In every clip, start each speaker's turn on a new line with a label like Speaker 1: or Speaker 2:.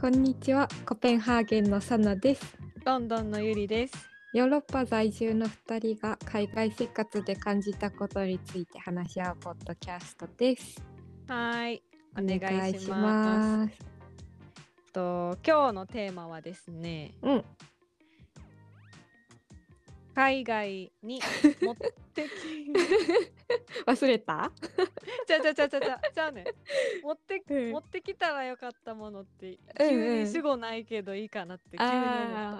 Speaker 1: こんにちは、コペンハーゲンのサナです。
Speaker 2: ロンドンのゆりです。
Speaker 1: ヨーロッパ在住の2人が海外生活で感じたことについて話し合うポッドキャストです。
Speaker 2: はーい、お願いします。
Speaker 1: お願いしす。
Speaker 2: と今日のテーマはですね、
Speaker 1: うん、
Speaker 2: 海外に持ってき、
Speaker 1: 忘れた？
Speaker 2: じゃじゃじゃじゃじゃじゃあね、持って
Speaker 1: うん
Speaker 2: 持ってきたらよかったものって
Speaker 1: うん
Speaker 2: 急に主語ないけどいいかなって急に思った。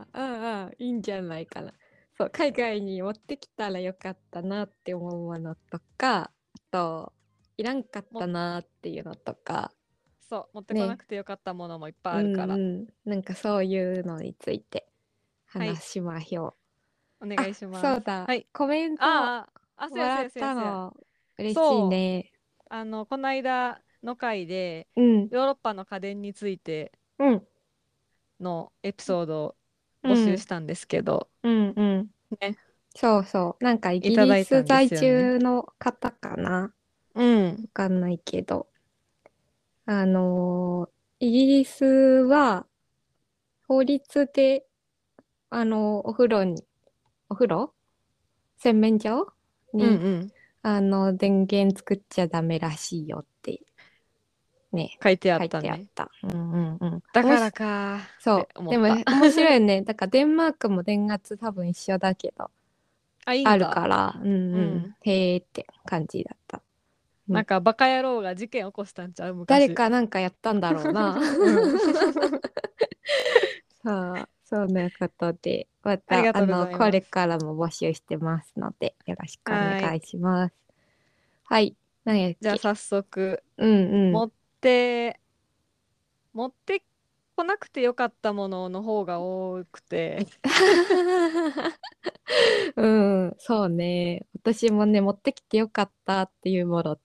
Speaker 1: あーあー、いいんじゃないかな。そう、海外に持ってきたらよかったなって思うものとか、あといらんかったなっていうのとか、
Speaker 2: そう、持ってこなくてよかったものもいっぱいあるから
Speaker 1: うん、うんなんかそういうのについて
Speaker 2: い
Speaker 1: 話しましょう。
Speaker 2: お願いします。
Speaker 1: あそうだ、
Speaker 2: はい。
Speaker 1: コメントも
Speaker 2: あーあ、あ、そうや
Speaker 1: ら
Speaker 2: そ
Speaker 1: っ
Speaker 2: うやそうや
Speaker 1: た
Speaker 2: そうや。
Speaker 1: の嬉しいね。
Speaker 2: あのこの間の回で
Speaker 1: うん、
Speaker 2: ヨーロッパの家電について
Speaker 1: うん、
Speaker 2: のエピソードを募集したんですけど、
Speaker 1: うん、うん。
Speaker 2: ね
Speaker 1: そうそう、なんかイギ
Speaker 2: いただ
Speaker 1: リ
Speaker 2: い
Speaker 1: ス
Speaker 2: たんですよね
Speaker 1: 在住の方かな、
Speaker 2: うん
Speaker 1: わ、かんないけど、あのーイギリスは法律で、あのーお風呂に、お風呂洗面所
Speaker 2: うん
Speaker 1: に、あの電源作っちゃダメらしいよって、ね、
Speaker 2: 書いてあ
Speaker 1: 書
Speaker 2: っ
Speaker 1: い
Speaker 2: た
Speaker 1: てあっ
Speaker 2: ね。
Speaker 1: た。うんうんうん。
Speaker 2: だか
Speaker 1: も
Speaker 2: ら
Speaker 1: し
Speaker 2: か。
Speaker 1: そ
Speaker 2: っ
Speaker 1: う
Speaker 2: て思。った
Speaker 1: でも面白いよね。 だからデンマークも電圧多分一緒だけど、
Speaker 2: あいいんだ
Speaker 1: あるから、うんうん。
Speaker 2: うん
Speaker 1: へーって感じだった。
Speaker 2: なんかバカ野郎が事件起こしたんちゃう昔。
Speaker 1: 誰かなんかやったんだろう な。
Speaker 2: うん
Speaker 1: さあ、 そんなことで、また、
Speaker 2: ありがとうござい
Speaker 1: の、
Speaker 2: ます
Speaker 1: これからも募集してますので、よろしくお願いします。はい。何やっけ
Speaker 2: じゃあ早速
Speaker 1: うんうん。
Speaker 2: もで持ってこなくてよかったものの方が多くて、
Speaker 1: うん、そうね。私もね、持ってきてよかったっていうもの、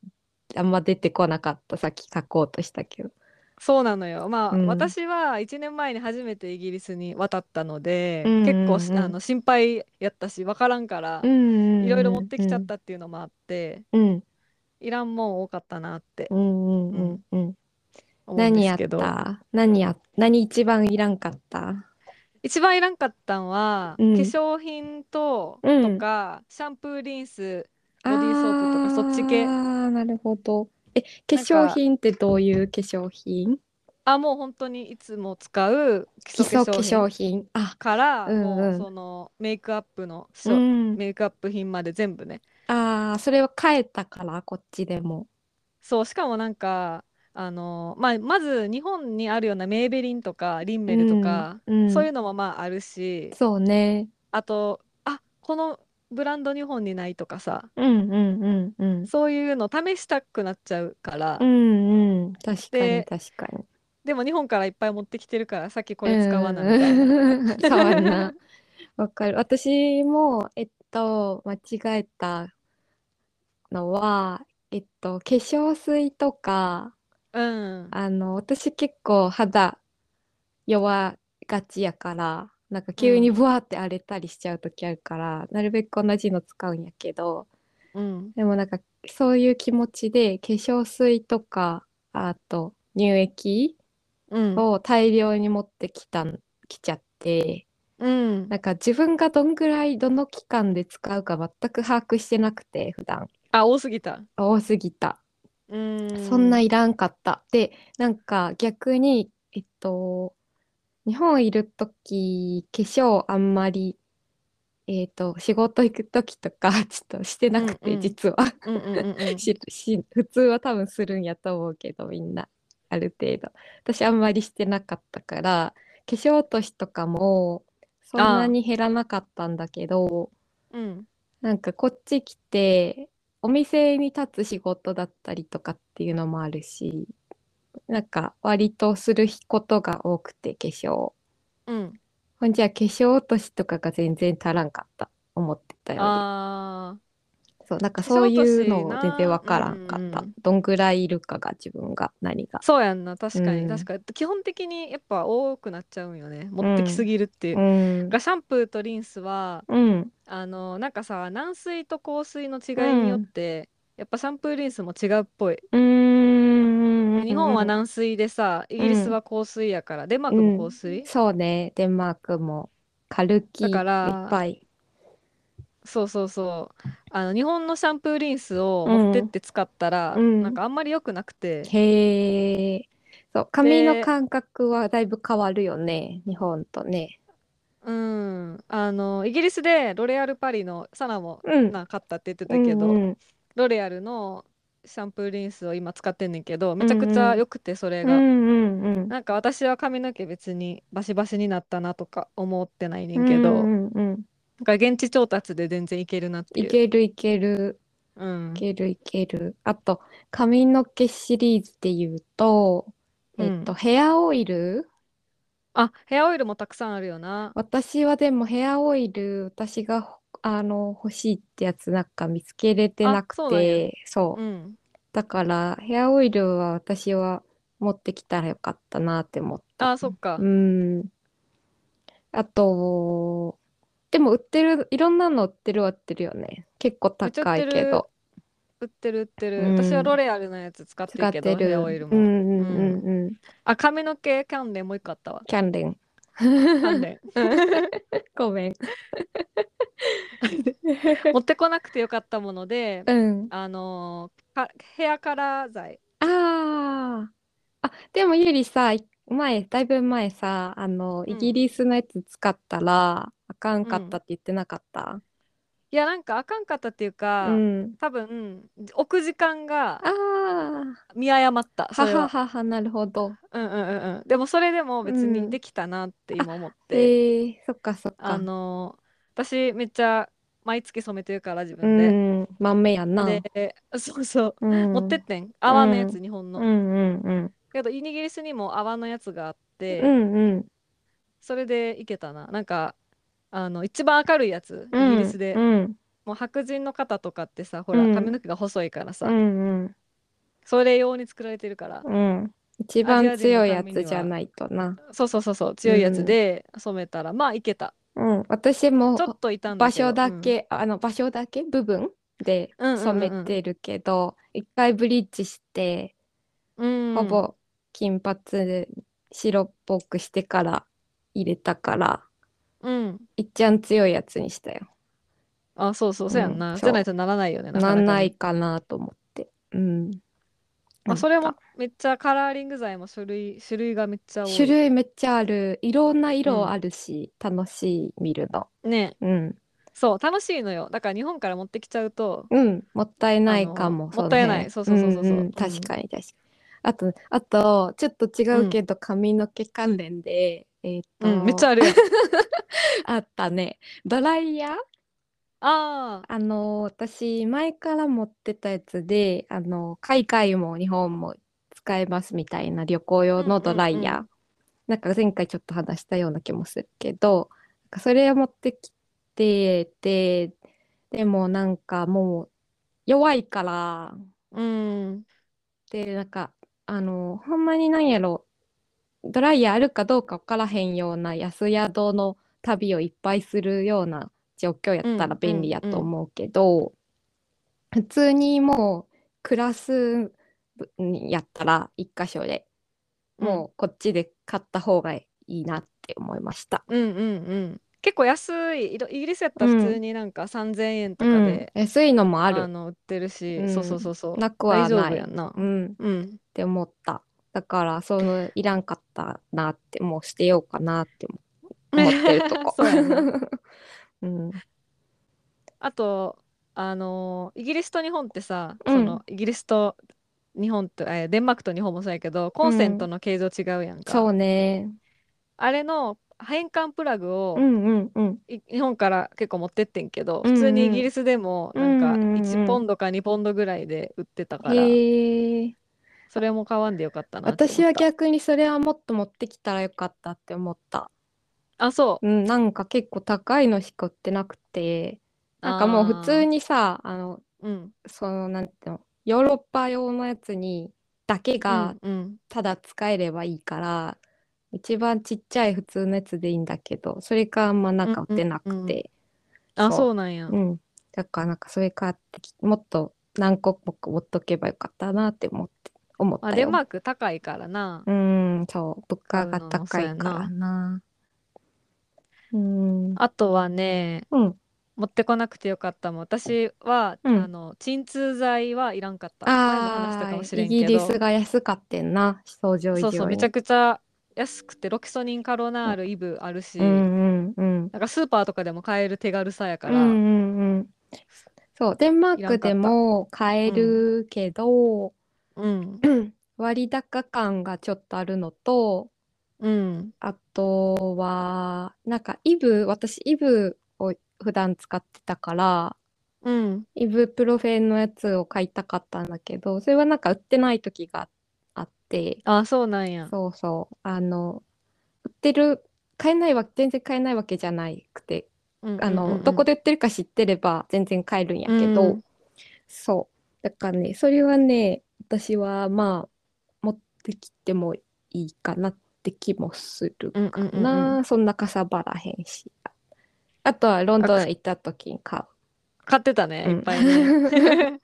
Speaker 1: あんま出てこなかった。さっき書こうとしたけど。
Speaker 2: そうなのよ。まあ、
Speaker 1: うん
Speaker 2: 私は1年前に初めてイギリスに渡ったので、
Speaker 1: うんうんうん
Speaker 2: 結構あの心配やったしわからんから、
Speaker 1: うん
Speaker 2: いろいろ持ってきちゃっ。たっていうのもあって、
Speaker 1: うん、
Speaker 2: いらんもん多かったなって
Speaker 1: うん、うん、うん、うん。
Speaker 2: 思うん
Speaker 1: 何
Speaker 2: で
Speaker 1: や
Speaker 2: す
Speaker 1: っ
Speaker 2: けど。
Speaker 1: た何や、何一番いらんかった
Speaker 2: 一番いらんかったんは、
Speaker 1: うん
Speaker 2: 化粧品と、
Speaker 1: うん
Speaker 2: とかシャンプーリンス
Speaker 1: ボ
Speaker 2: ボディーソープとかそっち系
Speaker 1: あーなるほど。え、化
Speaker 2: なんか
Speaker 1: 粧品ってどういう化粧品
Speaker 2: あもう本当にいつも使う基
Speaker 1: 基
Speaker 2: 礎
Speaker 1: 礎化
Speaker 2: 化粧
Speaker 1: 粧
Speaker 2: 品
Speaker 1: 品。あ、
Speaker 2: から、
Speaker 1: うんうん
Speaker 2: もうそのメイクアップの、
Speaker 1: う。
Speaker 2: そうんメイクアップ品まで全部ね
Speaker 1: ああ、それは変えたから、こっちでも。
Speaker 2: そうしかもなんかあの、まあ、まず日本にあるようなメーベリンとかリンメルとか、
Speaker 1: うんうん
Speaker 2: そういうのもまああるし
Speaker 1: そうね。
Speaker 2: あとあこのブランド日本にないとかさ
Speaker 1: うんうんうんうん。
Speaker 2: そういうの試したくなっちゃうから、
Speaker 1: うんうん。確かに
Speaker 2: で
Speaker 1: 確かに。
Speaker 2: でも日本からいっぱい持ってきてるからさっきこれ使わなみたいな。
Speaker 1: うん うん。触んな。わかる。私も、えっと、間違えたのは、えっと、化粧水とか、
Speaker 2: うん。
Speaker 1: あの、私結構肌弱がちやから、なんか急に
Speaker 2: う
Speaker 1: ブワーって荒れたりしちゃう時あるから、なるべく同じの使うんやけど、
Speaker 2: うん。
Speaker 1: でもなんかそういう気持ちで化粧水とかあと乳液
Speaker 2: うん。
Speaker 1: を大量に持ってきたんきちゃって
Speaker 2: うん。
Speaker 1: なんか自分がどんぐらいどの期間で使うか全く把握してなくて普段
Speaker 2: あ、多すぎた。
Speaker 1: 多すぎた
Speaker 2: うん。
Speaker 1: そんないらんかったでなんか逆にえっと日本いる時化粧あんまりえっと仕事行く時とか ちょっとしてなく
Speaker 2: うん
Speaker 1: て
Speaker 2: うん
Speaker 1: 実は。
Speaker 2: うんうんうんうん。
Speaker 1: しし普通は多分するんやと思うけどみんなある程度私あんまりしてなかったから化粧落としとかもそんなに減らなかったんだけど
Speaker 2: うん。
Speaker 1: なんかこっち来てお店に立つ仕事だったりとかっていうのもあるしなんか割とすることが多くて化粧
Speaker 2: うん。
Speaker 1: ほんじゃ化粧落としとかが全然足らんかった思ってたより。
Speaker 2: あ
Speaker 1: そう、なんか
Speaker 2: 化粧
Speaker 1: そういうの
Speaker 2: 落としな
Speaker 1: 全然わからんかった。
Speaker 2: うんうんうん
Speaker 1: どんぐらいいるかが自分が何が
Speaker 2: あ。。そうやんな。確か
Speaker 1: うん
Speaker 2: に。確かに。基本的にやっぱ多くなっちゃうんよね。持ってきすぎるっていう。
Speaker 1: ん。
Speaker 2: がシャンプーとリンスは、
Speaker 1: うん。
Speaker 2: あの、なんかさ、軟水と硬水の違いによって、やっぱシャンプーリンスも違うっぽい。
Speaker 1: うん。うん
Speaker 2: 日本は軟水でさ、イギリスは硬水やから、デンマークも硬水、
Speaker 1: そうね、デンマークも、カルキい
Speaker 2: だ
Speaker 1: っ
Speaker 2: から
Speaker 1: ぱい。
Speaker 2: そうそうそう。あの、日本のシャンプーリンスを持ってって使ったら、
Speaker 1: うん
Speaker 2: なんかあんまり良くなくて、
Speaker 1: へえ。そう、髪の
Speaker 2: で
Speaker 1: 感覚はだいぶ変わるよね、日本とね。
Speaker 2: うん、あの、イギリスでロレアルパリのサナも
Speaker 1: うん。
Speaker 2: な買ったって言ってたけど、
Speaker 1: うんうん
Speaker 2: ロレアルのシャンプーリンスを今使ってんねんけど、めちゃくちゃ良くて、それ
Speaker 1: う
Speaker 2: が。
Speaker 1: んうんうん。
Speaker 2: なんか私は髪の毛別にバシバシになったなとか思ってないね
Speaker 1: うん
Speaker 2: けど、
Speaker 1: んうんうん。
Speaker 2: なんか現地調達で全然いけるなって
Speaker 1: い
Speaker 2: いう。
Speaker 1: けるいける、
Speaker 2: う
Speaker 1: い
Speaker 2: ん。
Speaker 1: けるいける。あと、髪の毛シリーズで言うと、
Speaker 2: うん
Speaker 1: えっと、ヘアオイル
Speaker 2: あ、ヘアオイルもたくさんあるよな。
Speaker 1: 私はでもヘアオイル、私が、あの、欲しいってやつなんか見つけれてなく
Speaker 2: あそうなんや
Speaker 1: て、そうう。
Speaker 2: ん。
Speaker 1: だから、ヘアオイルは私は持ってきたらよかったなって思った。
Speaker 2: あ、そっか。
Speaker 1: うん。あと、でも売ってる、いろんなの売ってるは売ってるよね。結構
Speaker 2: めっちゃ売
Speaker 1: 高
Speaker 2: っ
Speaker 1: い
Speaker 2: てる
Speaker 1: けど。
Speaker 2: 売ってる売ってる。
Speaker 1: うん
Speaker 2: 私はロレアルのやつ使って
Speaker 1: 使
Speaker 2: る
Speaker 1: っ
Speaker 2: け
Speaker 1: て
Speaker 2: ど、
Speaker 1: る。
Speaker 2: ヘアオイル
Speaker 1: う
Speaker 2: も。
Speaker 1: んうんうんうん。
Speaker 2: あ、髪の毛関連もう一個あっ たわ。
Speaker 1: キャンレン。
Speaker 2: 関連。
Speaker 1: ごめん。
Speaker 2: 持ってこなくてよかったもので、
Speaker 1: うん。
Speaker 2: あのーかヘアカラー剤。
Speaker 1: ああ。あ、でもゆりさ、い前、だいぶ前さ、あの、
Speaker 2: うん
Speaker 1: イギリスのやつ使ったら、あかんかったって言ってなかった。
Speaker 2: いや、なんかあかんかったっていうか、
Speaker 1: うん。
Speaker 2: 多分、置く時間が
Speaker 1: ああ。
Speaker 2: 見誤った。そ
Speaker 1: は
Speaker 2: れ
Speaker 1: は
Speaker 2: は。
Speaker 1: はは、なるほど。
Speaker 2: うんうんうんうん。でもそれでも別
Speaker 1: う
Speaker 2: に
Speaker 1: ん
Speaker 2: できたなって今思って。
Speaker 1: ええそっかそっ
Speaker 2: あ
Speaker 1: か。
Speaker 2: のー私めっちゃ毎月染めてるから自
Speaker 1: う
Speaker 2: 分で。
Speaker 1: ん、豆やな。
Speaker 2: で、そうそう。
Speaker 1: うん、
Speaker 2: 持ってってん。泡のやつ、日本
Speaker 1: う
Speaker 2: の。
Speaker 1: んうんうん。
Speaker 2: けど、イギリスにも泡のやつがあっ
Speaker 1: う
Speaker 2: て、
Speaker 1: んうん。
Speaker 2: それでいけたな。なんか、あの、一番明るいやつ、イギリスで
Speaker 1: う。ん
Speaker 2: もう白人の方とかってさ、ほら、
Speaker 1: うん
Speaker 2: 髪の毛が細いから
Speaker 1: う
Speaker 2: さ、
Speaker 1: ん
Speaker 2: それ用に作られてるから。
Speaker 1: うん。うん。一
Speaker 2: アジ
Speaker 1: 番
Speaker 2: ア人の
Speaker 1: 強い
Speaker 2: た
Speaker 1: や
Speaker 2: めには
Speaker 1: つじゃないとな。
Speaker 2: そうそうそうそう、強いやつで染めたら、まあいけた。
Speaker 1: うん、私も
Speaker 2: ちょっと傷んだ
Speaker 1: 場
Speaker 2: けど。
Speaker 1: 所だけ、あの場所だけ部分で
Speaker 2: うんうんうんうん
Speaker 1: 染めてるけど、一回ブリッジして、
Speaker 2: うん。うん
Speaker 1: ほぼ金髪白っぽくしてから入れたから、
Speaker 2: うん。
Speaker 1: いっちゃん強いやつにしたよ。
Speaker 2: あ、そうそう、そうやんな。
Speaker 1: うん
Speaker 2: じゃないとならないよね、なか
Speaker 1: な
Speaker 2: かね
Speaker 1: んないかなと思って。うん。
Speaker 2: ま
Speaker 1: なん
Speaker 2: あ、それも
Speaker 1: か
Speaker 2: めっちゃカラーリング剤も種類、種類がめっちゃ多
Speaker 1: 種
Speaker 2: い。
Speaker 1: 類めっちゃある。いろんな
Speaker 2: う
Speaker 1: 色
Speaker 2: ん
Speaker 1: あるし、楽しい、見るの。
Speaker 2: ね、
Speaker 1: うん。
Speaker 2: そう、楽しいのよ。だから日本から持ってきちゃうと、
Speaker 1: うん。もったいないかも、
Speaker 2: あの
Speaker 1: その
Speaker 2: もったいない
Speaker 1: 辺
Speaker 2: そうそうそうそうそうん
Speaker 1: ん確かに、確かに。あと、あと、ちょっと違うけど、髪の毛関連で、えっと、
Speaker 2: うん、めっちゃあるや ん。
Speaker 1: あったね。ドライヤー
Speaker 2: ああ、
Speaker 1: あの、私、前から持ってたやつで、あの、海外も日本も使えますみたいな旅行用のドライヤー。
Speaker 2: うんうんうん
Speaker 1: なんか前回ちょっと話したような気もするけど、なんかそれを持ってきてて、でもなんかもう弱いから、
Speaker 2: うん、
Speaker 1: で、なんか、あの、ほんまになんやろ、ドライヤーあるかどうかわからへんような安宿の旅をいっぱいするような状況やったら
Speaker 2: うん
Speaker 1: 便利やと思うけど、普通にもう暮らすんやったら一箇所でもうこっちで買った方がいいなって思いました。
Speaker 2: うん、うん、うん。結構安い、いろイギリスやったら普通になんか3000円とか
Speaker 1: うん
Speaker 2: で、、
Speaker 1: 安いのもあ
Speaker 2: あ
Speaker 1: る。
Speaker 2: の、売ってるし、
Speaker 1: うん
Speaker 2: そうそうそうそう。
Speaker 1: なくは
Speaker 2: 大丈
Speaker 1: な
Speaker 2: 夫や
Speaker 1: い。
Speaker 2: んな。
Speaker 1: うん、っ
Speaker 2: うん。
Speaker 1: て思った。だから、その、いらんかったなって、もう捨てようかなって思ってると こ。
Speaker 2: そうやんな。
Speaker 1: うん、
Speaker 2: あと、あのーイギリスと日本ってさ、
Speaker 1: うん
Speaker 2: そのイギリスと日本と、えーデンマークと日本もそうやけど、コンセントの形状違うやんか。
Speaker 1: そうね。
Speaker 2: あれの変換プラグを
Speaker 1: うんうんうん。
Speaker 2: い日本から結構持ってってんけど、
Speaker 1: うんうん
Speaker 2: 普通にイギリスでもなんか
Speaker 1: うんうんうん
Speaker 2: 1ポンドか2ポンドぐらいで売ってたから、
Speaker 1: へえ。
Speaker 2: それも買わんでよかったなって思っ
Speaker 1: 私は
Speaker 2: た。
Speaker 1: 逆にそれはもっと持ってきたらよかったって思った。
Speaker 2: あ、そう。
Speaker 1: うん、なんか結構高いのしか売ってなくて、なんかもう普通にさ、あの、
Speaker 2: あー、うん、
Speaker 1: その、なんていうの、ヨーロッパ用のやつに、だけが
Speaker 2: うん、うん。
Speaker 1: ただ使えればいいから、一番ちっちゃい普通のやつでいいんだけど、それがあんまなんか売ってなくて、そ
Speaker 2: あ、
Speaker 1: う
Speaker 2: そうなんや。
Speaker 1: うん。だからなんかそれ買ってきもっと何個も持っとけばよかったなって思って思っ
Speaker 2: まあ、
Speaker 1: た
Speaker 2: デン
Speaker 1: よ。
Speaker 2: マーク高いからな。
Speaker 1: うん、そう、物価が
Speaker 2: 買うの
Speaker 1: 高いからな。うん、
Speaker 2: あとはね、
Speaker 1: うん。
Speaker 2: 持ってこなくてよかったもん。私は、
Speaker 1: うん
Speaker 2: あの、鎮痛剤はいらんかった。前も話したか
Speaker 1: あ
Speaker 2: も
Speaker 1: あ
Speaker 2: し
Speaker 1: ー、
Speaker 2: れ
Speaker 1: イ
Speaker 2: んけど。
Speaker 1: ギリスが安かってんな、想像以
Speaker 2: そうそう、
Speaker 1: 上
Speaker 2: め
Speaker 1: に。
Speaker 2: ちゃくちゃ安くて、ロキソニン、カロナール、イブあるし、
Speaker 1: うんうんうん。
Speaker 2: なんかスーパーとかでも買える手軽さやか
Speaker 1: う
Speaker 2: ら、
Speaker 1: んうんうん。そう、デンマ
Speaker 2: い
Speaker 1: ー
Speaker 2: らんか
Speaker 1: ク
Speaker 2: った
Speaker 1: でも買えるけど、
Speaker 2: うん、
Speaker 1: 割高感がちょっとあるのと、
Speaker 2: うん、
Speaker 1: あとは、なんかイブ、私イブを普段使ってたから、
Speaker 2: うん、
Speaker 1: イブプロフェンのやつを買いたかったんだけど、それはなんか売ってない時があって、
Speaker 2: あ、そうなんや。
Speaker 1: そうそう、あの、売ってる、買えないわ、全然買えないわけじゃないくて、
Speaker 2: うん
Speaker 1: あ
Speaker 2: うんうんう
Speaker 1: の、
Speaker 2: ん
Speaker 1: どこで売ってるか知ってれば全然買えるんやけ
Speaker 2: う
Speaker 1: ど
Speaker 2: ん、
Speaker 1: そう。だからね、それはね、私はまあ、持ってきてもいいかなって気もする
Speaker 2: うん
Speaker 1: か
Speaker 2: うんうん
Speaker 1: な。そんなかさばらへんし。あとはロンドン行った時に買
Speaker 2: 買ってたね、
Speaker 1: うん
Speaker 2: いっぱ いね。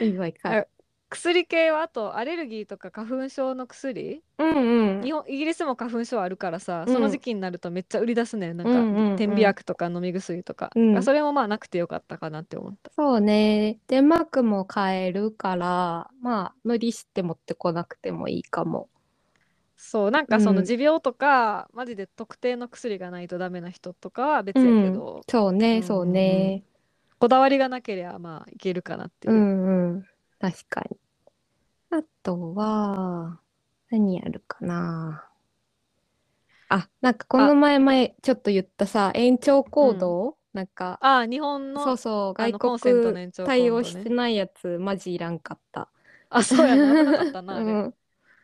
Speaker 1: う。いいわい買う。
Speaker 2: 薬系はあとアレルギーとか花粉症の薬、
Speaker 1: うんうん。
Speaker 2: 日本イギリスも花粉症あるからさ、
Speaker 1: うん
Speaker 2: その時期になるとめっちゃ売り出すねんなんか、
Speaker 1: うんうんうん
Speaker 2: 点鼻薬とか飲み薬とか、
Speaker 1: うん
Speaker 2: それもまあなくてよかったかなって思った
Speaker 1: そうね。デンマークも買えるから、まあ、無理して持ってこなくてもいいかも。
Speaker 2: そうなんかその
Speaker 1: うん
Speaker 2: 持病とか、マジで特定の薬がないとダメな人とかは別
Speaker 1: う
Speaker 2: やけ
Speaker 1: ん
Speaker 2: ど、。
Speaker 1: そうね、そうね。
Speaker 2: こだわりがなければまあいけるかなっていうう、
Speaker 1: んうん、確かに。あとは、何やるかな。あ、なんかこの前前ちょっと言ったさ、延長コード、なんか、
Speaker 2: ああ日本の
Speaker 1: そうそう、
Speaker 2: あ
Speaker 1: 外
Speaker 2: のコンセントの
Speaker 1: 国
Speaker 2: 延長コードね
Speaker 1: 対応してないやつ、マジいらんかった。
Speaker 2: あそうやな危なかったなあれ、
Speaker 1: う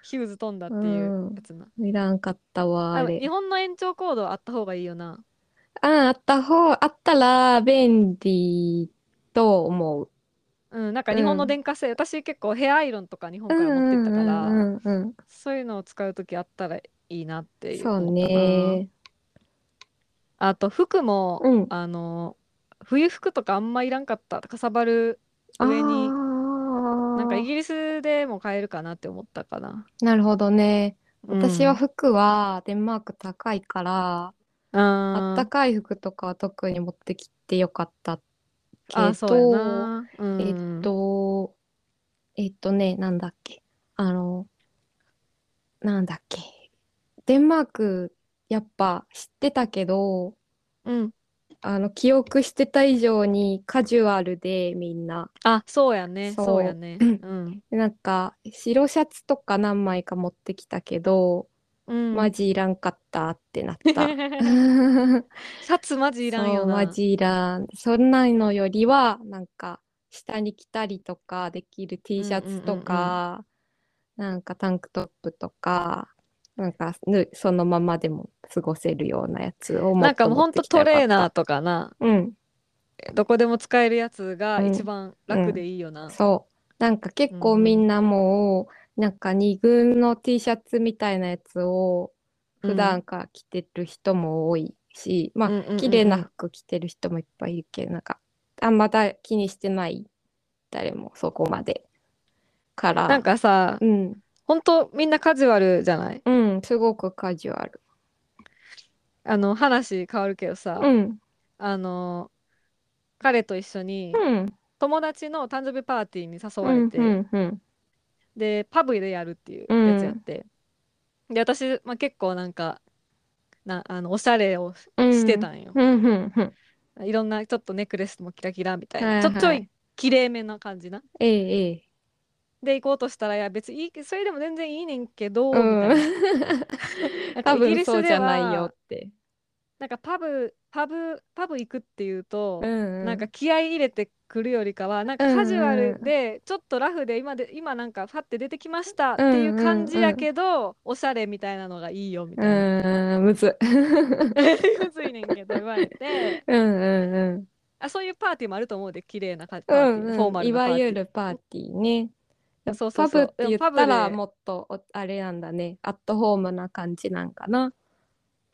Speaker 2: ヒューズ飛んだっていうやつな、
Speaker 1: ん、いらんかったわ、あ
Speaker 2: あ
Speaker 1: れ。
Speaker 2: 日本の延長コードはあった方がいいよな
Speaker 1: あ、あった方、あったら便利と思う。
Speaker 2: うん、なんか日本の電化製、私結構ヘアアイロンとか日本から持ってったから、
Speaker 1: うんうんうん
Speaker 2: そういうのを使う時あったらいいなって
Speaker 1: うん。
Speaker 2: いう
Speaker 1: そう
Speaker 2: 思ったな
Speaker 1: ね。
Speaker 2: あと服も、
Speaker 1: うん
Speaker 2: あの冬服とかあんまいらんかったかさばる上になんか
Speaker 1: あー
Speaker 2: イギリスでも買えるかなって思ったかな、
Speaker 1: なるほどね。
Speaker 2: うん
Speaker 1: 私は服はデンマーク高いから、あ
Speaker 2: あ
Speaker 1: ったかい服とかは特に持ってきてよかったけ
Speaker 2: あそうや
Speaker 1: ど、
Speaker 2: な、うん
Speaker 1: えっと、えっとね、なんだっけ、あの、なんだっけ、デンマーク、やっぱ知ってたけど、
Speaker 2: うん
Speaker 1: あの、記憶してた以上にカジュアルでみんな、
Speaker 2: あそうやね
Speaker 1: そう
Speaker 2: そう やねうん、
Speaker 1: なんか白シャツとか何枚か持ってきたけど、
Speaker 2: うん、
Speaker 1: マジいらんかったってなった。
Speaker 2: シャツマジいらん
Speaker 1: そ
Speaker 2: よ
Speaker 1: う、
Speaker 2: な
Speaker 1: マジいらん。そんなのよりは、なんか、下に着たりとかできる T シャツとか、なんかタンクトップとか、なんかぬ、そのままでも過ごせるようなやつをも
Speaker 2: なん
Speaker 1: っと
Speaker 2: かもう
Speaker 1: 持
Speaker 2: ほ
Speaker 1: っ
Speaker 2: ん
Speaker 1: て
Speaker 2: と
Speaker 1: きた
Speaker 2: ト
Speaker 1: ら
Speaker 2: レー
Speaker 1: よか
Speaker 2: ナー
Speaker 1: っ
Speaker 2: とかな
Speaker 1: た。うん、
Speaker 2: どこでも使えるやつが
Speaker 1: うん
Speaker 2: 一番楽でいいよな。
Speaker 1: そう。なんか結
Speaker 2: う
Speaker 1: 構
Speaker 2: んうん
Speaker 1: みんなもう、なんか2軍の T シャツみたいなやつを普段から着てる人も多いし、まあ、綺麗な服着てる人もいっぱいいるけど、なんか、あんまだ気にしてない、誰もそこまで。から、
Speaker 2: なんかさ、
Speaker 1: うん、
Speaker 2: ほんとみんなカジュアルじゃない
Speaker 1: うん、すごくカジュアル。
Speaker 2: あの話変わるけどさ、
Speaker 1: うん、
Speaker 2: あの彼と一緒に
Speaker 1: うん、
Speaker 2: 友達の誕生日パーティーに誘
Speaker 1: う
Speaker 2: われ
Speaker 1: ん、
Speaker 2: て、
Speaker 1: うん、うん、
Speaker 2: でパブでやるっていうやつやって、で私、まあ、結構なんかなあのおしゃれを
Speaker 1: うん、
Speaker 2: してたんよ、
Speaker 1: うん、うん、うん、
Speaker 2: いろんなちょっとネックレスもキラキラみたいな、
Speaker 1: はいはい
Speaker 2: ちょちょい綺麗めな感じな
Speaker 1: ええ、ええ。
Speaker 2: で行こうとしたらいや別にいいけそれでも全然いいねんけど、みたいな
Speaker 1: うん、
Speaker 2: なん
Speaker 1: 多
Speaker 2: かイギ
Speaker 1: 分
Speaker 2: リス
Speaker 1: そうじゃ
Speaker 2: では
Speaker 1: ないよって。
Speaker 2: なんかパブパブパブ行くっていうと、
Speaker 1: うん、
Speaker 2: なんか気合い入れてくるよりかはなんかカジュアルでちょっとラフで今で今なんかファって出てきましたっていう感じやけど、おしゃれみたいなのがいいよみ
Speaker 1: う
Speaker 2: たい な。
Speaker 1: ん、うん、むずい。
Speaker 2: むずいねんけど言われて
Speaker 1: うん、うん、うん。
Speaker 2: あそういうパーティーもあると思うで綺麗なパーティ
Speaker 1: う
Speaker 2: ー、
Speaker 1: んうん
Speaker 2: フォーマル
Speaker 1: い
Speaker 2: なパーティ
Speaker 1: わ
Speaker 2: ー
Speaker 1: ゆるパーティーね。
Speaker 2: そうそうそう
Speaker 1: パブって言った
Speaker 2: でもパ
Speaker 1: ら
Speaker 2: ブで
Speaker 1: もっとおあれなんだね。アットホームな感じなんかな。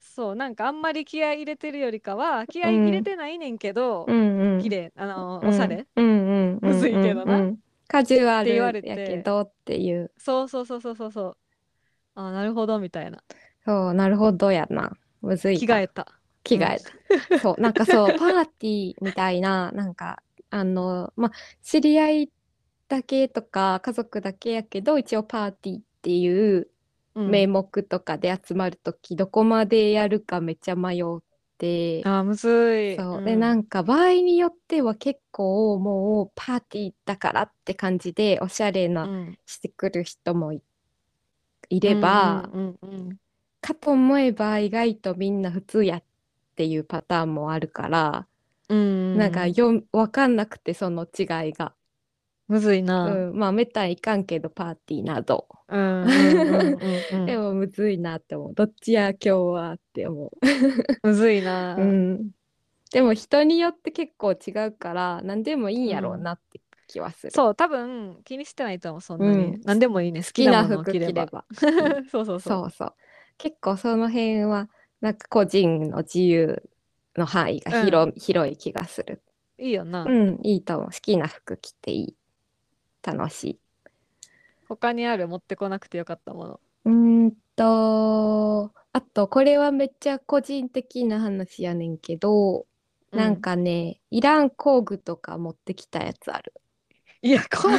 Speaker 2: そうなんかあんまり気合い入れてるよりかは気合い入れてないねんけど、
Speaker 1: うんうん。
Speaker 2: 綺麗あの
Speaker 1: うん
Speaker 2: おしゃれ、
Speaker 1: うんうんうんうんうん。
Speaker 2: むずいけどな
Speaker 1: うんカジュア
Speaker 2: って
Speaker 1: ル
Speaker 2: 言
Speaker 1: や
Speaker 2: われて
Speaker 1: けどっていう。
Speaker 2: そうそうそうそうそうそうあなるほどみたいな
Speaker 1: そう、なるほどやな。むずいな。
Speaker 2: 着替えた
Speaker 1: 着替え た。そう、なんかそう、パーティーみたいな、なんか、あの、まあ、知り合いだけとか、家族だけやけど、一応パーティーっていう
Speaker 2: うん
Speaker 1: 名目とかで集まるとき、どこまでやるかめっちゃ迷って、
Speaker 2: あーむずい
Speaker 1: そう、で、なんか場合によっては結構もうパーティーだからって感じで、おしゃれ
Speaker 2: う
Speaker 1: なんしてくる人もいいれば、
Speaker 2: うんうんうん
Speaker 1: かと思えば意外とみんな普通やっていうパターンもあるから、
Speaker 2: うんうん
Speaker 1: なんかよ分かんなくてその違いが、
Speaker 2: むずいうな、
Speaker 1: ん、まあめったにいかんけどパーティーなど、
Speaker 2: うんうんうんうんう ん
Speaker 1: でもむずいなって思うどっちや今日はって思う、
Speaker 2: むずいな、
Speaker 1: うん、でも人によって結構違うから何でもいいんやろうなって気はする、
Speaker 2: そう多分気にしてないと思うそんなに、
Speaker 1: うん
Speaker 2: 何でもいいね好
Speaker 1: 好
Speaker 2: き
Speaker 1: きな
Speaker 2: なものを
Speaker 1: 服
Speaker 2: 着
Speaker 1: 着
Speaker 2: れ
Speaker 1: れ
Speaker 2: ば
Speaker 1: ば
Speaker 2: そうそうそう
Speaker 1: そうそう結構その辺はなんか個人の自由の範囲が広,、広い気がする
Speaker 2: いいよな、
Speaker 1: うんいいと思う好きな服着ていい楽しい
Speaker 2: 他にある持ってこなくてよかったもの
Speaker 1: うーんと、あと、これはめっちゃ個人的な話やねんけど、なん、かね、イラン工具とか持ってきたやつある。
Speaker 2: うんいやこう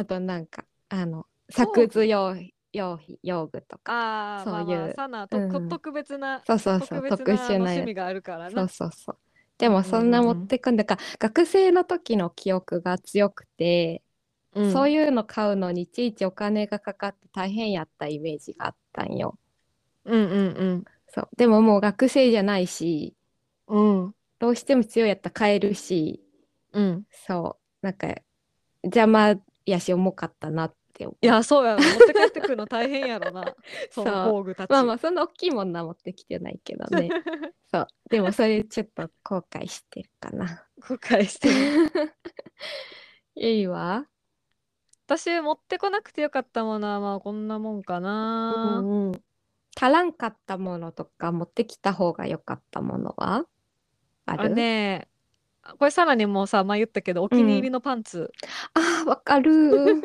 Speaker 1: あと、なんか、あの、
Speaker 2: 工具
Speaker 1: 作図用、用品、用具とか。
Speaker 2: ああ
Speaker 1: そう
Speaker 2: まあま
Speaker 1: い
Speaker 2: あ
Speaker 1: う
Speaker 2: サナと、こ
Speaker 1: うん
Speaker 2: 特別な
Speaker 1: そうそうそう、
Speaker 2: 特
Speaker 1: 特
Speaker 2: 別な
Speaker 1: 殊な
Speaker 2: 趣
Speaker 1: や
Speaker 2: 味があるから
Speaker 1: つ。そう
Speaker 2: な
Speaker 1: そうそう。でも、そんな
Speaker 2: うんうん
Speaker 1: 持
Speaker 2: うん
Speaker 1: ってくんだから、学生の時の記憶が強くて、そう
Speaker 2: い
Speaker 1: いうの買うのにいちいちお金がかかって大変やったイメージがあったんよ。
Speaker 2: うんうん
Speaker 1: そう。でも、もう学生じゃないし、
Speaker 2: うんうん
Speaker 1: どうしても強いやったら買えるし、
Speaker 2: うん
Speaker 1: そう、なんか邪魔やし重かったなって思う
Speaker 2: いやそうやろ持って帰ってくるの大変や ろなその
Speaker 1: そう
Speaker 2: 工具たち
Speaker 1: まあまあそんな大きいもんな持ってきてないけど ねそうでもそれちょっと後悔してるかな
Speaker 2: 後悔してる
Speaker 1: ゆ いは
Speaker 2: 私持ってこなくてよかったものはまあこんなもんかな、
Speaker 1: うんうん足らんかったものとか持ってきた方が良かったものはあ
Speaker 2: あ
Speaker 1: る
Speaker 2: ねこれさらにもうさ前言ったけどお気に入りのパンツ、
Speaker 1: あーわかる ー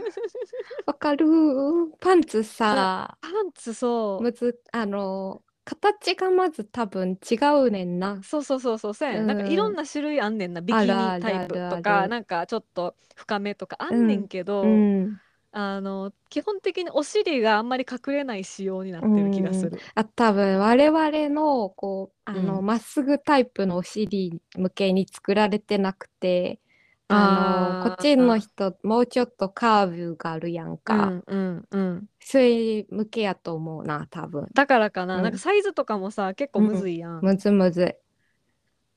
Speaker 1: わかるーパンツさ
Speaker 2: パンツそう
Speaker 1: むずあのー形がまず多分違うねんな
Speaker 2: そうそうそうそうそうやね
Speaker 1: うん
Speaker 2: なんかいろんな種類あんねんなビキニタイプ
Speaker 1: あるある
Speaker 2: と
Speaker 1: あるあ
Speaker 2: か
Speaker 1: る
Speaker 2: なんかちょっと深めとかあんねんけど、
Speaker 1: うん
Speaker 2: あの基本的にお尻があんまり隠れない仕様になってる気がする、
Speaker 1: あ多分我々のこうあの
Speaker 2: う
Speaker 1: まっすぐタイプのお尻向けに作られてなくてあの
Speaker 2: あー
Speaker 1: こっちの人もうちょっとカーブがあるやん
Speaker 2: う
Speaker 1: か、
Speaker 2: んうんうん
Speaker 1: それ向けやと思うな多分
Speaker 2: だからかな、
Speaker 1: うん
Speaker 2: なんかサイズとかもさ結構むずいやん、
Speaker 1: むずむずい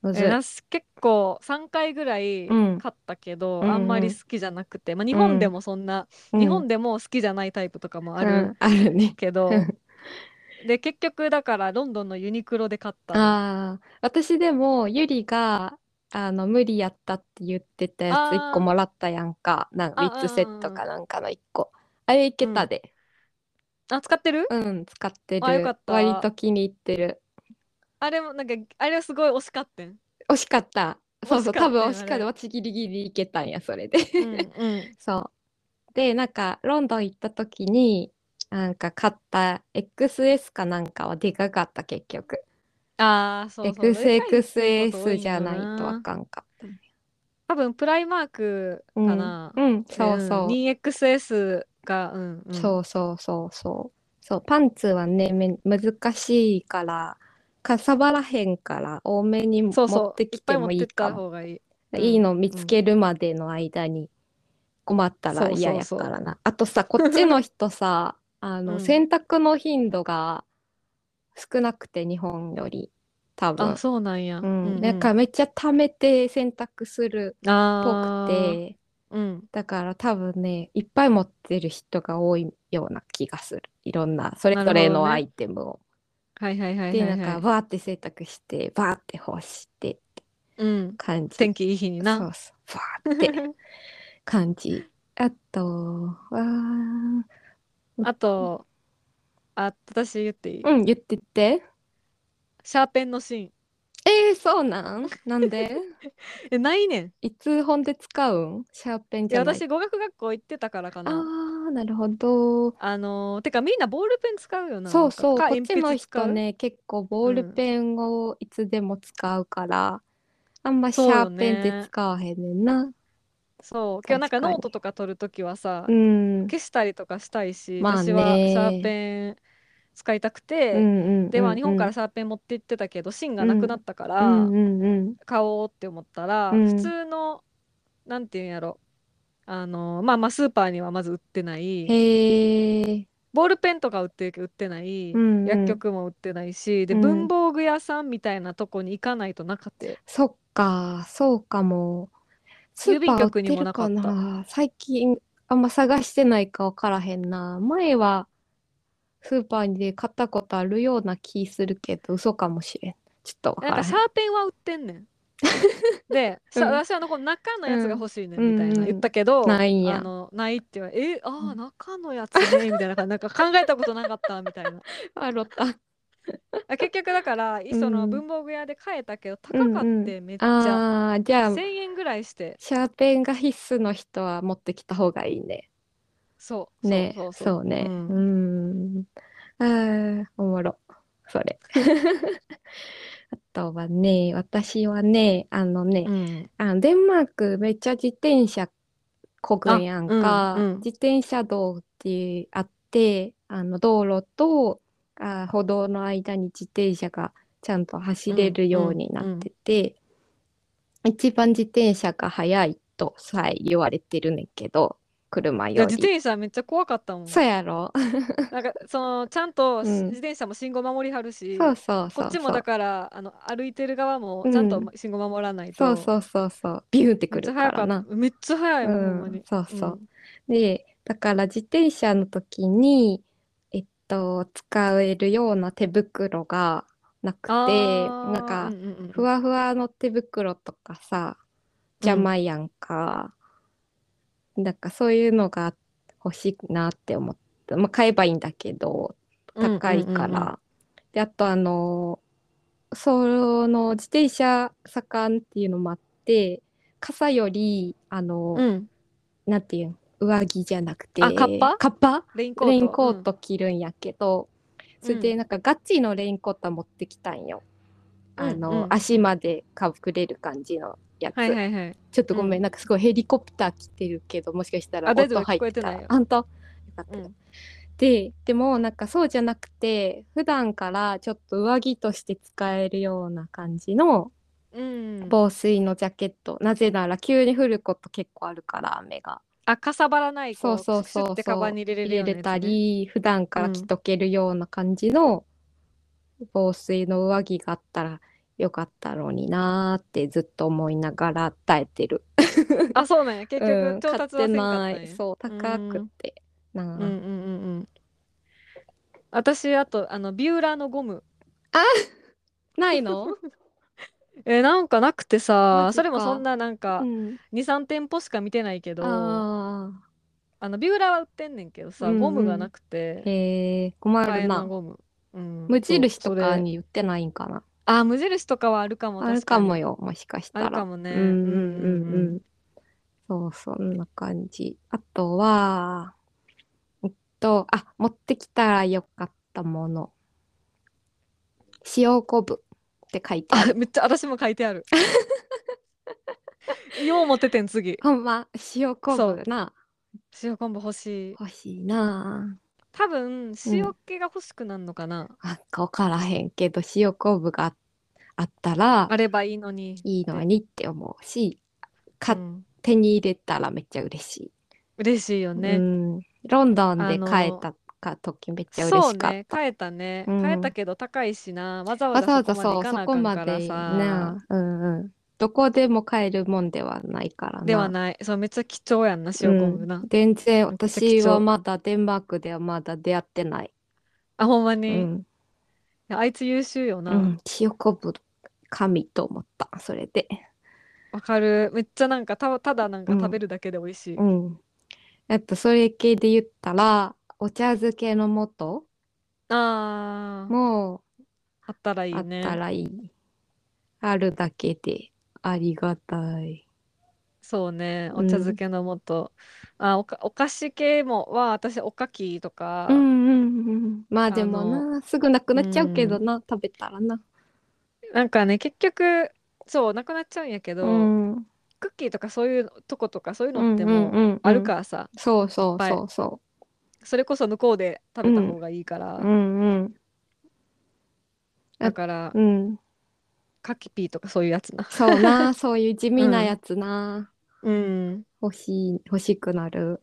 Speaker 1: むずい
Speaker 2: えなし結構3回ぐらい
Speaker 1: うん
Speaker 2: 買ったけど、
Speaker 1: うんうん
Speaker 2: あんまり好きじゃなくて、まあ、日本でもそんな、
Speaker 1: うん
Speaker 2: 日本でも好きじゃないタイプとかもあ
Speaker 1: う
Speaker 2: る
Speaker 1: んあるね
Speaker 2: けど、
Speaker 1: うん
Speaker 2: で結局だからロンドンのユニクロで買った
Speaker 1: あー私でもゆりがあの無理やったって言ってたや
Speaker 2: あ
Speaker 1: つ
Speaker 2: ー
Speaker 1: 1個もらったやんかなん
Speaker 2: あ
Speaker 1: 3つセットかなんかの1個あれいけたで、
Speaker 2: あ使ってる
Speaker 1: うん、使って
Speaker 2: あよ
Speaker 1: る。
Speaker 2: かった
Speaker 1: 割と気に入ってる。
Speaker 2: あれもなんかあれはすごい惜しかったん、
Speaker 1: 惜しかった。そうそう、
Speaker 2: 惜し
Speaker 1: 多
Speaker 2: かったよ
Speaker 1: 分惜しかっ
Speaker 2: あれ
Speaker 1: た。私ギリギリいけたんや、それで。
Speaker 2: うんうん、
Speaker 1: そう。で、なんか、ロンドン行った時に、なんか買った XS かなんかはでかかった、結局。
Speaker 2: ああそうそう
Speaker 1: XXS じゃないとあ
Speaker 2: わ
Speaker 1: かんかっ
Speaker 2: 多分プライマーク
Speaker 1: た。
Speaker 2: か
Speaker 1: うん
Speaker 2: な、
Speaker 1: うん、そうそう。
Speaker 2: 2XS がうんうん
Speaker 1: そうそうそうそう。そう、パンツはね、め難しいから、かさばらへんから、多めに
Speaker 2: そうそう
Speaker 1: 持ってき
Speaker 2: いっぱ
Speaker 1: て
Speaker 2: い
Speaker 1: も
Speaker 2: 持
Speaker 1: い
Speaker 2: って
Speaker 1: い
Speaker 2: った
Speaker 1: かも。
Speaker 2: 方がいいうん
Speaker 1: いいの見つけるまでの間に困ったら
Speaker 2: そうそうそう
Speaker 1: 嫌やからな。あとさ、こっちの人 さ、あ
Speaker 2: う
Speaker 1: の、
Speaker 2: ん
Speaker 1: 洗濯の頻度が少なくて、日本より、多分
Speaker 2: あ。そうなんや、
Speaker 1: うん。なんかめっちゃ溜めて洗濯するっぽ
Speaker 2: あ
Speaker 1: く
Speaker 2: ー
Speaker 1: て、
Speaker 2: うん
Speaker 1: だから多分ね、いっぱい持ってる人が多いような気がする。いろんな、それぞれのアイテムを。
Speaker 2: はいはいはいはい
Speaker 1: で、
Speaker 2: はい
Speaker 1: なんか、わーって洗濯して、わーって干してって
Speaker 2: うん
Speaker 1: 感じ。
Speaker 2: 天気いい日に
Speaker 1: そ
Speaker 2: な
Speaker 1: うそう。わーって。感じ。あとは、
Speaker 2: あとあ私言っていい、
Speaker 1: うん、言ってって。
Speaker 2: シャーペンの芯
Speaker 1: ええー、そうなんなんで
Speaker 2: えないねん
Speaker 1: いつ本で使うんシャーペン
Speaker 2: い
Speaker 1: じ
Speaker 2: や
Speaker 1: ゃない
Speaker 2: 私語学学校行ってたからか
Speaker 1: あ
Speaker 2: な
Speaker 1: ーなるほど
Speaker 2: あのーてかみんなボールペン使うよな
Speaker 1: そうそう
Speaker 2: なん
Speaker 1: こ
Speaker 2: か
Speaker 1: っちの
Speaker 2: 鉛筆使う
Speaker 1: 人ね結構ボールペンをいつでも使うから、あんまシャーペンっ
Speaker 2: そう
Speaker 1: て
Speaker 2: よね
Speaker 1: 使わへんねんな
Speaker 2: そう今日なん
Speaker 1: 確
Speaker 2: か
Speaker 1: かに
Speaker 2: ノートとか取るときはさ、
Speaker 1: うん
Speaker 2: 消したりとかしたいし、
Speaker 1: まあね
Speaker 2: 私はシャーペン使いたくて、
Speaker 1: うんうんうん
Speaker 2: でまあ日本から
Speaker 1: さ
Speaker 2: シャーペン持って行ってたけど芯がなくなったから、
Speaker 1: うんうんうん
Speaker 2: 買おうって思ったら、
Speaker 1: うん
Speaker 2: 普通のなんていうんやろあのーまあまあスーパーにはまず売ってない
Speaker 1: へえ
Speaker 2: ボールペンとか売ってるけど売ってない、
Speaker 1: うんうん
Speaker 2: 薬局も売ってないしで、
Speaker 1: うん
Speaker 2: 文房具屋さんみたいなとこに行かないとなかったよ
Speaker 1: そっかそうかもス
Speaker 2: 郵
Speaker 1: ーパ
Speaker 2: 便
Speaker 1: ー売っ
Speaker 2: 局に
Speaker 1: て
Speaker 2: も
Speaker 1: る
Speaker 2: なか
Speaker 1: か
Speaker 2: った
Speaker 1: な最近あんま探してないかわからへんな前はスーパーで買ったことあるような気するけど嘘かもしれんちょっとわか
Speaker 2: なん
Speaker 1: ら
Speaker 2: か
Speaker 1: へ
Speaker 2: シ
Speaker 1: ん
Speaker 2: ャーペンは売ってんね ん。で、シャ
Speaker 1: うん
Speaker 2: 私はあのこの中のやつが欲しいね
Speaker 1: うん
Speaker 2: んみたいな言ったけど、
Speaker 1: ないんや
Speaker 2: あのないって言われえあ
Speaker 1: う
Speaker 2: あ
Speaker 1: ん
Speaker 2: 中のやつねみたいな感じなんか考えたことなかったみたいな
Speaker 1: あろった
Speaker 2: あ結局だからいその
Speaker 1: うん
Speaker 2: 文房具屋で買えたけど高かってめっちゃ、
Speaker 1: あーじゃあ
Speaker 2: 1,000円ぐらいして
Speaker 1: シャーペンが必須の人は持ってきた方がいいね
Speaker 2: そう
Speaker 1: ね
Speaker 2: そうそう
Speaker 1: そうね
Speaker 2: うん
Speaker 1: うんあーおもろそれ あとはね私はねあのね、
Speaker 2: うん
Speaker 1: あのデンマークめっちゃ自転車こぐんやんか、
Speaker 2: あうんうん
Speaker 1: 自転車道ってあってあの道路とあ歩道の間に自転車がちゃんと走れるようになってて、一番自転車が速いとさえ言われてるねんけど車
Speaker 2: いや
Speaker 1: よ
Speaker 2: 自
Speaker 1: り。
Speaker 2: 転車めっちゃ怖かったもん
Speaker 1: そうやろ
Speaker 2: なんかそのちゃんと
Speaker 1: うん
Speaker 2: 自転車も信号守りはるし、
Speaker 1: そうそうそうそう
Speaker 2: こっちもだからあの歩いてる側も
Speaker 1: うん
Speaker 2: ちゃんと信号守らないと、
Speaker 1: そうそうそうそうビューンって
Speaker 2: め
Speaker 1: く
Speaker 2: っち
Speaker 1: る
Speaker 2: ゃ
Speaker 1: か
Speaker 2: 早からっ
Speaker 1: な。
Speaker 2: ためっちゃ早いもん、
Speaker 1: うん
Speaker 2: ほんまに
Speaker 1: そうそうで、だから自転車の時に、えっと、使えるような手袋がなく
Speaker 2: あ
Speaker 1: て、
Speaker 2: ー
Speaker 1: なんか
Speaker 2: う、んうんうん
Speaker 1: ふわふわの手袋とかさ、邪魔やんか。なんかそういうのが欲しいなって思って、まあ、買えばいいんだけど、高いか
Speaker 2: うんうんうん
Speaker 1: ら。で、あとあの、その自転車盛んっていうのもあって、傘より、あの、
Speaker 2: うん、うん
Speaker 1: なんていうん上着じゃなくて
Speaker 2: あカッパ
Speaker 1: カッパ
Speaker 2: レインコート
Speaker 1: レインコート着るんやけど、それでなんかガチのレインコートは持ってきたんよ、あ
Speaker 2: うん
Speaker 1: の、
Speaker 2: うん
Speaker 1: 足までかぶれる感じのやつ、
Speaker 2: うんはいはいはい
Speaker 1: ちょっとごめん、
Speaker 2: うん
Speaker 1: なんかすごいヘリコプター着てるけどもしかしたら
Speaker 2: あ大丈夫
Speaker 1: 音入って
Speaker 2: 聞こえて
Speaker 1: た
Speaker 2: ないよ
Speaker 1: あんとよかった、
Speaker 2: うん
Speaker 1: ででもなんかそうじゃなくて普段からちょっと上着として使えるような感じの
Speaker 2: うん
Speaker 1: 防水のジャケット、なぜなら急に降ること結構あるから雨が。
Speaker 2: あかさばらない
Speaker 1: そ
Speaker 2: こ
Speaker 1: うそう
Speaker 2: シュッ
Speaker 1: そう
Speaker 2: て
Speaker 1: そう
Speaker 2: カバンに入れれる
Speaker 1: 入
Speaker 2: よ
Speaker 1: れ
Speaker 2: う
Speaker 1: れ
Speaker 2: なやつね
Speaker 1: たり、普段から着とけるような感じの防水の上着があったらよかったのになーってずっと思いながら耐えてる。
Speaker 2: あそうなんや結
Speaker 1: う
Speaker 2: 局
Speaker 1: ん
Speaker 2: 調達はせんか
Speaker 1: 買って
Speaker 2: ったんや、
Speaker 1: ない。そう、高くって。な
Speaker 2: う
Speaker 1: あ
Speaker 2: んうんうんうん私あとあのビューラーのゴム
Speaker 1: ない の
Speaker 2: えなんかなくて
Speaker 1: マ
Speaker 2: さ
Speaker 1: ジ
Speaker 2: それも
Speaker 1: か
Speaker 2: そんななんか
Speaker 1: うん、
Speaker 2: 23店舗しか見てないけどあ
Speaker 1: あ
Speaker 2: のビューラーは売ってんねんけどさ
Speaker 1: うんうん
Speaker 2: ゴムがなくて
Speaker 1: あ、へえ、困
Speaker 2: 替え
Speaker 1: る
Speaker 2: の
Speaker 1: な。
Speaker 2: ゴム、うん
Speaker 1: 無印
Speaker 2: そ
Speaker 1: と
Speaker 2: うそれ
Speaker 1: かに売ってないんかな。
Speaker 2: あ無印とかはあるかも
Speaker 1: ある
Speaker 2: 確か
Speaker 1: か
Speaker 2: に
Speaker 1: もよ、もしかした
Speaker 2: ある
Speaker 1: ら
Speaker 2: か。もね
Speaker 1: うんうんうんうん。そう、そんな感じ。あとは、えっと、あ、持ってきたらよかったもの。塩昆布って書いてある。
Speaker 2: あめっちゃ私も書いて あるよう持っててん次
Speaker 1: ほんま、塩昆布な、
Speaker 2: 塩昆布欲しい
Speaker 1: 欲しいな
Speaker 2: 多分塩気が欲しくなるのかな、
Speaker 1: あ。なんかわからへんけど、塩昆布があったら
Speaker 2: あればいいのに
Speaker 1: いいのにって思うし、買っ
Speaker 2: うん
Speaker 1: 手に入れたらめっちゃ嬉しい。
Speaker 2: 嬉しいよ
Speaker 1: う
Speaker 2: ね、
Speaker 1: ん、ロンドン
Speaker 2: あ
Speaker 1: で
Speaker 2: の
Speaker 1: 買えたか時めっちゃ嬉
Speaker 2: そう
Speaker 1: しかっ
Speaker 2: ね
Speaker 1: た。
Speaker 2: 買えたね、
Speaker 1: うん
Speaker 2: 買えたけど高いしなわざわ
Speaker 1: わざわ
Speaker 2: ざ
Speaker 1: ざ
Speaker 2: そこまで
Speaker 1: そ
Speaker 2: 行
Speaker 1: う、そ
Speaker 2: かなあ
Speaker 1: こ
Speaker 2: かん
Speaker 1: ま
Speaker 2: から
Speaker 1: で
Speaker 2: さ
Speaker 1: な、うんうん。どこでも買えるもんではないから
Speaker 2: では
Speaker 1: な。
Speaker 2: ないそうめっちゃ貴重やんな塩昆布な、
Speaker 1: うん全然
Speaker 2: めっちゃ貴
Speaker 1: 私
Speaker 2: 重
Speaker 1: はまだデンマークではまだ出会ってない。
Speaker 2: あほんま
Speaker 1: う
Speaker 2: に、い
Speaker 1: ん。
Speaker 2: やあいつ優秀よ
Speaker 1: う
Speaker 2: な、
Speaker 1: ん、塩昆布、神と思った、それで。
Speaker 2: わかるめっちゃなんかたただなんか
Speaker 1: うん
Speaker 2: 食べるだけで美味しい、
Speaker 1: うん。あと、それ系で言ったら、お茶漬けの素
Speaker 2: あー
Speaker 1: も
Speaker 2: あったらいい
Speaker 1: あっ
Speaker 2: ね
Speaker 1: たらいい。あるだけでありがたい。
Speaker 2: そうねお茶漬けの素、あおかお菓子系もは私おかきとか、
Speaker 1: うんうんうん。まあ
Speaker 2: あの
Speaker 1: でもな、すぐなくなっちゃうけどな、食べたらな。
Speaker 2: なんかね結局そうなくなっちゃうんやけど、
Speaker 1: ん。
Speaker 2: クッキーとかそういうとことかそういう
Speaker 1: う
Speaker 2: の
Speaker 1: ん
Speaker 2: って
Speaker 1: うん
Speaker 2: もう
Speaker 1: うんうん
Speaker 2: あるからさ、
Speaker 1: そうそうそうそ
Speaker 2: それこそ向こうで食べた方がいいから、
Speaker 1: う。うんうん。
Speaker 2: だから
Speaker 1: うん。
Speaker 2: カキピーとかそういうやつな
Speaker 1: そう な、そういう地味なやつな、
Speaker 2: うん
Speaker 1: 欲しい、欲しくなる。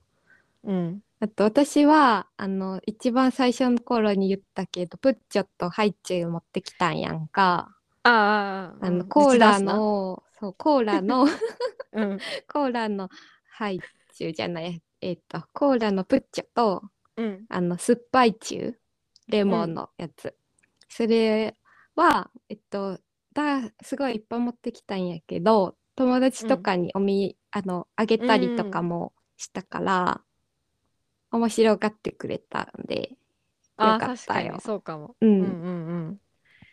Speaker 2: うん
Speaker 1: あと私は、あの、一番最初の頃に言ったけど、プッチョとハイチュウ持ってきたんやんか。
Speaker 2: ああ
Speaker 1: あの、コーラ、の、そう、コーラ の、
Speaker 2: うん
Speaker 1: コーラのハイチュウじゃない、えっと、コーラのプッチョと、
Speaker 2: うん
Speaker 1: あの、酸っぱいチュウ、レモンのやつ。それは、えっと、だ、すごいいっぱい持ってきたんやけど、友達とかにおみ、あの、あげたりとかもしたから、面白がってくれたんで、
Speaker 2: あ
Speaker 1: よ
Speaker 2: あ
Speaker 1: かっ
Speaker 2: 確
Speaker 1: た
Speaker 2: か
Speaker 1: よ
Speaker 2: にそうかも、
Speaker 1: う、
Speaker 2: うんんうんうん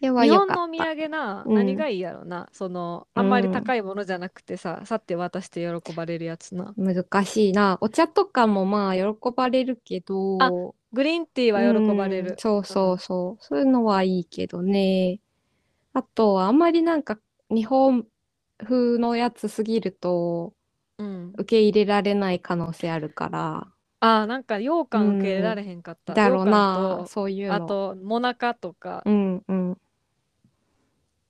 Speaker 1: では
Speaker 2: 日
Speaker 1: よ
Speaker 2: 本
Speaker 1: か
Speaker 2: のお
Speaker 1: っ
Speaker 2: 土
Speaker 1: た。
Speaker 2: 産な、
Speaker 1: うん
Speaker 2: 何がいいやろなそのあんまり高いものじゃなくてさ、さって渡して喜ばれるやつな
Speaker 1: 難しいな。お茶とかもまあ喜ばれるけど、
Speaker 2: あグリーンティーは喜ばれ
Speaker 1: う
Speaker 2: る
Speaker 1: ん、そうそうそう、そういうのはいいけどねあとはあんまりなんか日本風のやつすぎると
Speaker 2: うん、
Speaker 1: 受け入れられない可能性あるから
Speaker 2: ああなんか羊羹受け入れられへんかった、
Speaker 1: だろうな
Speaker 2: 羊羹
Speaker 1: そういう
Speaker 2: と
Speaker 1: の
Speaker 2: あともなかとか
Speaker 1: うんうん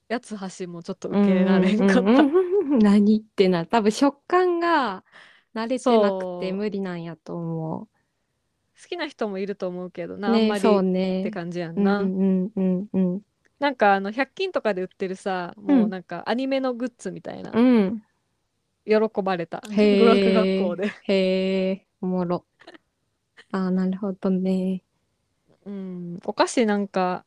Speaker 2: 八つ橋もちょっと受け入れられへんかった、
Speaker 1: うんうんうん 何言ってな多分食感が慣れてなく
Speaker 2: そ
Speaker 1: て
Speaker 2: う
Speaker 1: 無理なんやと思
Speaker 2: 好きな人もいると思うけどな、
Speaker 1: う
Speaker 2: あん
Speaker 1: ね
Speaker 2: まり
Speaker 1: そう
Speaker 2: って
Speaker 1: ね
Speaker 2: 感じやん
Speaker 1: うんう
Speaker 2: な、
Speaker 1: んうんうん
Speaker 2: なんかあの100均とかで売ってるさもううんなんかアニメのグッズみたいな、
Speaker 1: うん
Speaker 2: 喜ばれた 語
Speaker 1: へ
Speaker 2: 学
Speaker 1: ー
Speaker 2: 学校で、
Speaker 1: へえおもろあーなるほどね
Speaker 2: うん、お菓子なんか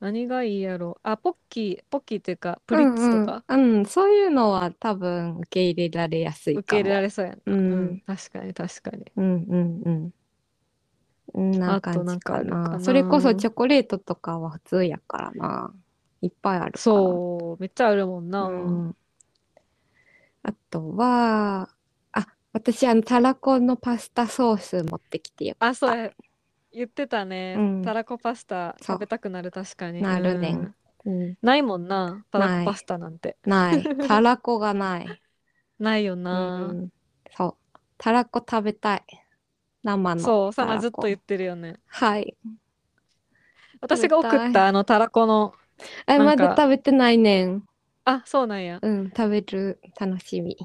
Speaker 2: 何がいいやろあポッキーポッキーっていうかプリッツとか
Speaker 1: うんうん、うんそういうのは多分受け入れられやすい
Speaker 2: 受
Speaker 1: か
Speaker 2: け
Speaker 1: も。
Speaker 2: 入れられそうやん、
Speaker 1: うん
Speaker 2: 確かに確かに
Speaker 1: うんうんうん。んな
Speaker 2: あと
Speaker 1: 感
Speaker 2: な
Speaker 1: じ
Speaker 2: んかあ
Speaker 1: か
Speaker 2: るかな
Speaker 1: な。それこそチョコレートとかは普通やからな。いっぱいあるから。
Speaker 2: そうめっちゃあるもんな、
Speaker 1: うん。あとは、あ、私あのたらこのパスタソース持ってきてよかった。
Speaker 2: あそうや言ってたね、
Speaker 1: うん
Speaker 2: たらこパスタ
Speaker 1: そう
Speaker 2: 食べたくなる確かに
Speaker 1: なるねん
Speaker 2: うん
Speaker 1: うん、
Speaker 2: ないもんなたら
Speaker 1: ない
Speaker 2: こパスタなんて
Speaker 1: ない。たらこがない。
Speaker 2: ないよ
Speaker 1: う
Speaker 2: な、
Speaker 1: ん。そう。たらこ食べたい。生の。
Speaker 2: そうサ
Speaker 1: たら
Speaker 2: ナ
Speaker 1: こ
Speaker 2: ずっと言ってるよね
Speaker 1: はい。
Speaker 2: 私が送ったあのたらこの
Speaker 1: え、
Speaker 2: な
Speaker 1: ま
Speaker 2: んか
Speaker 1: だ食べてないねん。
Speaker 2: あそうなんや
Speaker 1: うん、食べる楽しみ。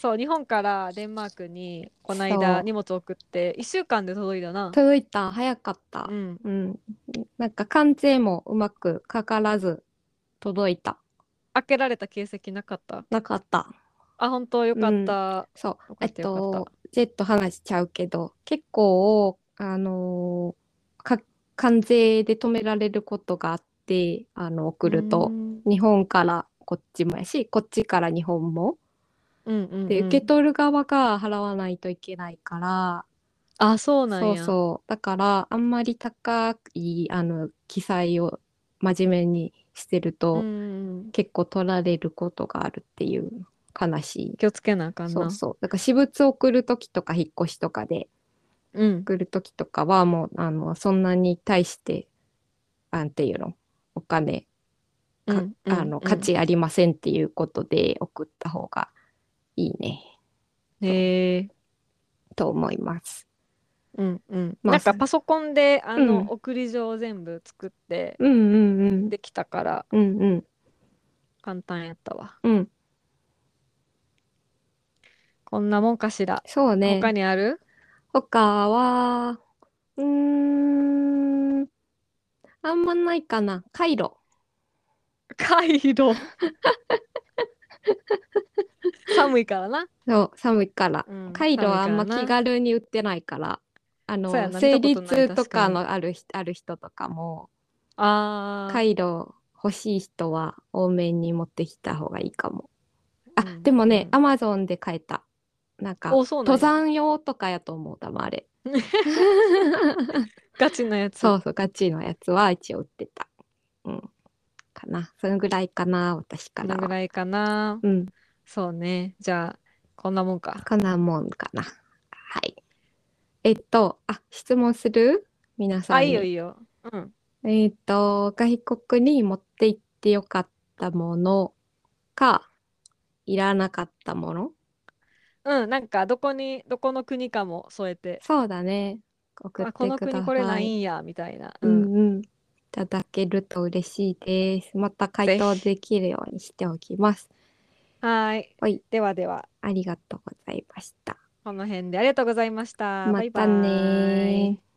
Speaker 2: そう日本からデンマークにこない
Speaker 1: そ
Speaker 2: だ
Speaker 1: う
Speaker 2: 荷物送って1週間で届いたな
Speaker 1: 届いた、早かった
Speaker 2: う。ん
Speaker 1: うん。なんか、関税もうまくかからず、届いた。
Speaker 2: 開けられた形跡なかった
Speaker 1: なかった。
Speaker 2: あ本当よかった、
Speaker 1: そ
Speaker 2: よ
Speaker 1: う。
Speaker 2: か
Speaker 1: え
Speaker 2: っ
Speaker 1: った
Speaker 2: よかっ
Speaker 1: と、ジェット話しちゃうけど、結構、あのーか、関税で止められることがあって、あの、送る
Speaker 2: う
Speaker 1: と、
Speaker 2: ん
Speaker 1: 日本からこっちもやし、こっちから日本も。
Speaker 2: うんうんうん
Speaker 1: で、受け取る側が払わないといけないから、
Speaker 2: あそうなん
Speaker 1: そう
Speaker 2: や
Speaker 1: そう。だから、あんまり高い、あの、記載を真面目にしてると、
Speaker 2: うんうん
Speaker 1: 結構取られることがあるっていう、悲し
Speaker 2: 気をつけなあか
Speaker 1: い。
Speaker 2: ん
Speaker 1: そ
Speaker 2: な
Speaker 1: うそう。だから、私物を送るときとか、引っ越しとかで、
Speaker 2: うん
Speaker 1: 送るときとかは、もう、あの、そんなに対して、なんていうの、お金、か
Speaker 2: うんうん
Speaker 1: あの、価値ありませんっていうことで送った方がいいね、
Speaker 2: うんへえ
Speaker 1: と思います。
Speaker 2: うんうん
Speaker 1: まあ
Speaker 2: なんかパソコンであの、
Speaker 1: うん
Speaker 2: 送り状を全部作って
Speaker 1: うんうんうん。
Speaker 2: できたから
Speaker 1: うんうん
Speaker 2: 簡単やったわ
Speaker 1: うん。
Speaker 2: こんなもんかしら、
Speaker 1: そうね。
Speaker 2: 他にある
Speaker 1: 他は、うーん、あんまないかな。カイロ。
Speaker 2: カ イロ寒いからな、
Speaker 1: そう、寒いから。
Speaker 2: うん
Speaker 1: カイロはあんま
Speaker 2: 寒
Speaker 1: 気
Speaker 2: いからな
Speaker 1: 軽に売ってないから。あの、
Speaker 2: そうやな
Speaker 1: 生
Speaker 2: 見
Speaker 1: 理
Speaker 2: たことない
Speaker 1: 痛とかのある人、ある人とかも、
Speaker 2: あー
Speaker 1: カイロ欲しい人は多めに持ってきた方がいいかも。あ、
Speaker 2: うん
Speaker 1: でもね、
Speaker 2: う
Speaker 1: アマゾンで買えた。なんか、
Speaker 2: おそうなん
Speaker 1: 登
Speaker 2: や
Speaker 1: 山用とかやと思う、たまあ れ。
Speaker 2: ガチなやつ
Speaker 1: そうそう、ガチのやつは一応売ってた。うん。かな。そのぐらいかな、私か
Speaker 2: この
Speaker 1: ら
Speaker 2: ぐ
Speaker 1: は。
Speaker 2: らいかな。
Speaker 1: うん。
Speaker 2: そうね。じゃあ、こんなもんか。
Speaker 1: こんなもんかな。はい。えっと、あ、質問する皆さん
Speaker 2: あ、
Speaker 1: に。
Speaker 2: いいよいいよ。うん。
Speaker 1: えっと、外国に持って行ってよかったものか、いらなかったもの。
Speaker 2: うん、なんかどこにどこの国かも添えて、
Speaker 1: そうだね。送っ
Speaker 2: あ、こ
Speaker 1: て
Speaker 2: の
Speaker 1: く
Speaker 2: 国
Speaker 1: だ
Speaker 2: これな
Speaker 1: さ
Speaker 2: い
Speaker 1: い。
Speaker 2: んやみたいな。
Speaker 1: う
Speaker 2: うん
Speaker 1: んうん。いただけると嬉しいです。また回答できるようにしておきます。
Speaker 2: はーい。
Speaker 1: はい。
Speaker 2: ではでは、
Speaker 1: ありがとうございました。
Speaker 2: この辺でありがとうございました。
Speaker 1: ま
Speaker 2: バイバ
Speaker 1: た
Speaker 2: ーイ。
Speaker 1: ねー。